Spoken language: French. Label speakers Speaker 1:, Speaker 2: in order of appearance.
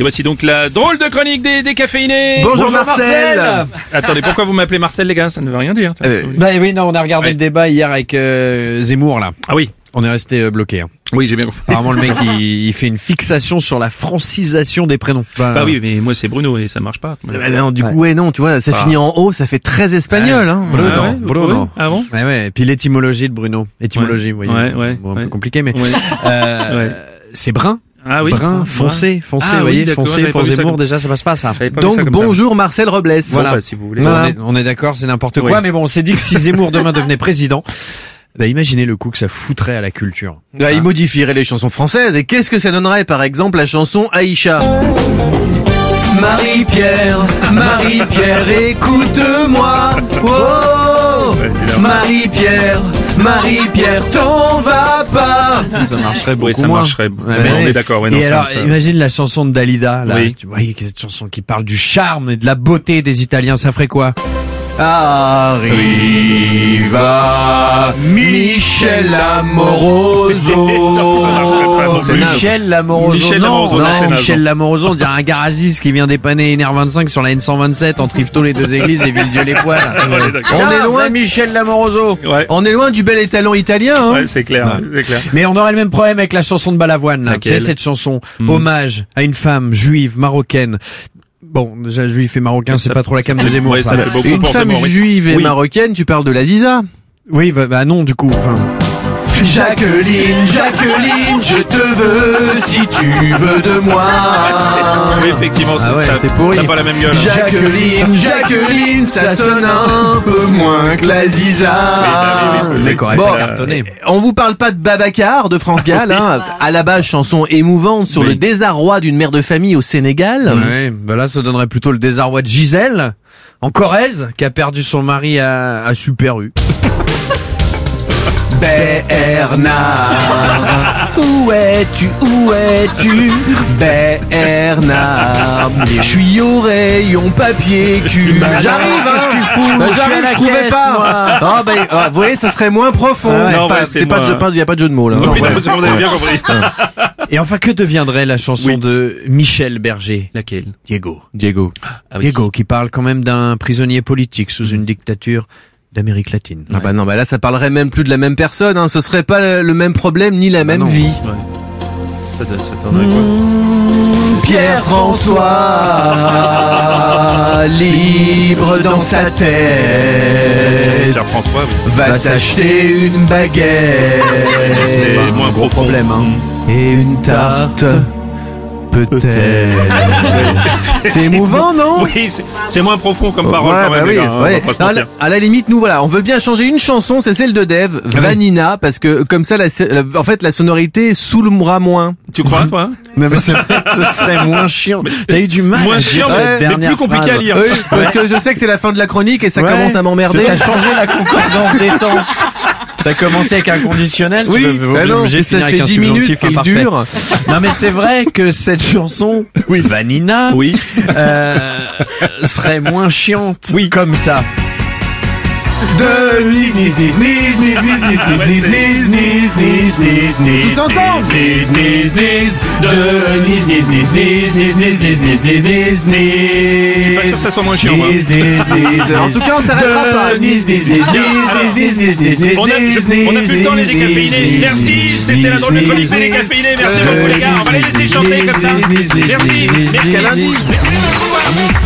Speaker 1: Et voici donc la drôle de chronique des décaféinés.
Speaker 2: Bonjour, Marcel.
Speaker 1: Attendez, pourquoi vous m'appelez Marcel les gars Ça ne veut rien dire.
Speaker 2: Bah oui, non, on a regardé
Speaker 1: Eh Ouais.
Speaker 2: le débat hier avec euh, Zemmour là.
Speaker 1: Ah oui,
Speaker 2: On est resté euh, bloqué. hein.
Speaker 1: oui j'ai bien compris.
Speaker 2: Apparemment, le mec, il, il fait une fixation sur la francisation des prénoms. Bah,
Speaker 1: Bah oui, mais moi c'est Bruno et ça marche pas.
Speaker 3: Bah non, du coup, ouais, non, tu vois, ça finit en haut, ça fait très espagnol, hein.
Speaker 2: Bruno,
Speaker 1: Ah ouais, vous
Speaker 2: Bruno.
Speaker 1: trouvez Ah bon
Speaker 2: Ouais, ouais. Et puis l'étymologie de Bruno. Étymologie,
Speaker 1: Ouais.
Speaker 2: vous
Speaker 1: Ouais,
Speaker 2: voyez.
Speaker 1: ouais,
Speaker 2: Bon, un
Speaker 1: ouais.
Speaker 2: peu compliqué, mais
Speaker 1: Ouais.
Speaker 2: euh, c'est brun.
Speaker 1: Ah oui.
Speaker 2: Brun, foncé, foncé,
Speaker 1: Ah
Speaker 2: vous
Speaker 1: oui,
Speaker 2: voyez,
Speaker 1: d'accord,
Speaker 2: foncé
Speaker 1: j'avais
Speaker 2: pour
Speaker 1: pas vu ça
Speaker 2: Zemmour,
Speaker 1: comme-
Speaker 2: déjà, ça passe pas, ça.
Speaker 1: J'avais pas vu ça
Speaker 3: Donc,
Speaker 1: comme ça.
Speaker 3: bonjour, Marcel Robles.
Speaker 1: Bon, bah, si vous voulez.
Speaker 2: Non,
Speaker 3: Voilà.
Speaker 2: on est- on est, d'accord, c'est n'importe
Speaker 1: Oui.
Speaker 2: quoi, mais bon, on s'est dit que si Zemmour demain devenait président, bah, imaginez le coup que ça foutrait à la culture.
Speaker 3: Là, il modifierait les chansons françaises, et qu'est-ce que ça donnerait, par exemple, la chanson Aïcha Marie-Pierre, Marie-Pierre, écoute-moi, oh Marie-Pierre, Marie-Pierre, t'en vas pas
Speaker 2: Ça marcherait beaucoup
Speaker 1: Oui, ça
Speaker 2: moins.
Speaker 1: marcherait. Ouais, on est d'accord, ouais, non,
Speaker 2: et
Speaker 1: ça-
Speaker 2: alors,
Speaker 1: ça-
Speaker 2: imagine la chanson de Dalida, là.
Speaker 1: Oui.
Speaker 2: Tu vois, il y a cette chanson qui parle du charme et de la beauté des Italiens, ça ferait quoi
Speaker 3: Arriva Michel Amoroso.
Speaker 1: Ça marcherait pas non plus.
Speaker 2: Michel Lamoroso.
Speaker 1: Michel Lamoroso, non,
Speaker 2: non, non,
Speaker 1: c'est naze, hein.
Speaker 2: Michel
Speaker 1: non.
Speaker 2: Lamoroso, on dirait un garagiste qui vient dépanner N25 sur la N127 entre Yvetot les deux églises et Villedieu les poils.
Speaker 1: Ouais,
Speaker 3: Ah,
Speaker 1: d'accord.
Speaker 2: On est
Speaker 3: Bah,
Speaker 2: loin, Michel Lamoroso.
Speaker 1: Ouais,
Speaker 3: On est loin du bel étalon italien. Hein
Speaker 1: ouais, c'est clair, c'est clair.
Speaker 2: Mais on aurait le même problème avec la chanson de Balavoine. Là. Tu sais,
Speaker 1: Laquelle Hmm.
Speaker 2: cette chanson, hommage à une femme juive marocaine. Bon, déjà juif et marocain, c'est
Speaker 1: Ça-
Speaker 2: pas trop la cam de Zemmour.
Speaker 1: Ouais, ça
Speaker 2: ça.
Speaker 1: fait beaucoup
Speaker 3: Une
Speaker 1: pour
Speaker 3: femme
Speaker 1: Zemmour, oui.
Speaker 3: juive et
Speaker 1: Oui.
Speaker 3: marocaine, tu parles de l'Aziza.
Speaker 2: Oui, bah, bah non, du coup. enfin.
Speaker 3: Jacqueline, Jacqueline, je te veux si tu veux de moi.
Speaker 1: Oui, effectivement,
Speaker 3: Ah
Speaker 1: c'est-
Speaker 3: ouais,
Speaker 1: ça
Speaker 3: c'est pourri.
Speaker 1: ça a pas la même gueule.
Speaker 3: Jacqueline, Jacqueline, ça sonne un peu moins que la
Speaker 1: Oui, bah oui,
Speaker 3: Ziza.
Speaker 1: oui, oui.
Speaker 2: Le mec aurait
Speaker 3: Bon. euh,
Speaker 2: pas cartonné.
Speaker 3: On vous parle pas de Babacar de France Gall, hein, à la base chanson émouvante sur
Speaker 1: Oui.
Speaker 3: le désarroi d'une mère de famille au Sénégal.
Speaker 2: Ouais, bah là, ça donnerait plutôt le désarroi de Gisèle, en Corrèze, qui a perdu son mari à, à Super U.
Speaker 3: Bernard, où es-tu, où es-tu, Bernard Je suis au rayon papier cul. J'arrive, hein. qu'est-ce que tu fous J'arrive, je trouvais pas. Ah, bah, ah, vous voyez, ça serait moins profond.
Speaker 1: ouais. Non,
Speaker 3: Enfin,
Speaker 1: ouais, c'est
Speaker 3: c'est pas, de
Speaker 1: moins-
Speaker 3: jeu- pas- y a pas de jeu de mots là.
Speaker 1: Oui,
Speaker 3: Non,
Speaker 1: non,
Speaker 3: ouais.
Speaker 1: c'est bon, vous avez bien compris.
Speaker 2: Et enfin, que deviendrait la chanson
Speaker 1: Oui.
Speaker 2: de Michel Berger
Speaker 1: Laquelle
Speaker 2: Diego.
Speaker 3: Diego.
Speaker 1: Ah oui.
Speaker 2: Diego, qui parle quand même d'un prisonnier politique sous une dictature d'Amérique latine.
Speaker 3: Ah bah non, bah là ça parlerait même plus de la même personne, hein. ce serait pas le le même problème ni
Speaker 1: Bah
Speaker 3: la même
Speaker 2: non.
Speaker 3: vie.
Speaker 1: Ouais. Ça doit- ça donnerait quoi
Speaker 3: Pierre-François, libre dans sa tête,
Speaker 1: Pierre François, oui.
Speaker 3: va s'acheter une
Speaker 1: c'est
Speaker 3: baguette
Speaker 1: moins gros problème. hein.
Speaker 3: et une tarte, peut-être. C'est émouvant, non
Speaker 1: Oui, c'est- c'est moins profond comme parole
Speaker 3: Ouais,
Speaker 1: quand même.
Speaker 3: bah
Speaker 1: les
Speaker 3: oui,
Speaker 1: gars, hein, on
Speaker 3: ouais.
Speaker 1: va pas se
Speaker 3: Non, à, la,
Speaker 1: mentir. Ah
Speaker 3: à la limite, nous voilà, on veut bien changer une chanson, c'est celle de Dev, Vanina, parce que comme ça, la, la- en fait, la sonorité soulmera moins.
Speaker 1: Tu crois, toi hein
Speaker 2: Non mais c'est vrai que ce serait moins chiant. T'as eu du mal
Speaker 1: Moins
Speaker 2: à dire
Speaker 1: chiant,
Speaker 2: cette
Speaker 1: mais- mais
Speaker 2: dernière
Speaker 1: plus compliqué
Speaker 2: phrase.
Speaker 1: à lire.
Speaker 3: Oui, parce que je sais que c'est la fin de la chronique et ça
Speaker 2: Ouais.
Speaker 3: commence à m'emmerder.
Speaker 2: T'as changé la concordance des temps. T'as commencé avec un conditionnel.
Speaker 3: Oui,
Speaker 2: tu vas-
Speaker 3: bah
Speaker 2: obligé
Speaker 3: non,
Speaker 2: de finir
Speaker 3: ça
Speaker 2: avec
Speaker 3: fait
Speaker 2: un
Speaker 3: 10 minutes
Speaker 2: subjonctif
Speaker 3: qu'elle
Speaker 2: imparfait.
Speaker 3: dure.
Speaker 2: Non mais c'est vrai que cette chanson, oui, Vanina,
Speaker 1: Oui.
Speaker 2: euh, serait moins chiante. Oui, comme ça.
Speaker 3: Tous ensemble
Speaker 1: Je suis pas sûr que ça soit moins chiant. hein.
Speaker 3: En tout cas, on s'arrêtera pas.
Speaker 1: On a, je- on a plus le temps les décaféinés. Merci, c'était la drôle de chronique des décaféinés. Merci beaucoup les gars. On va les laisser chanter comme ça. Merci, merci à lundi. Merci.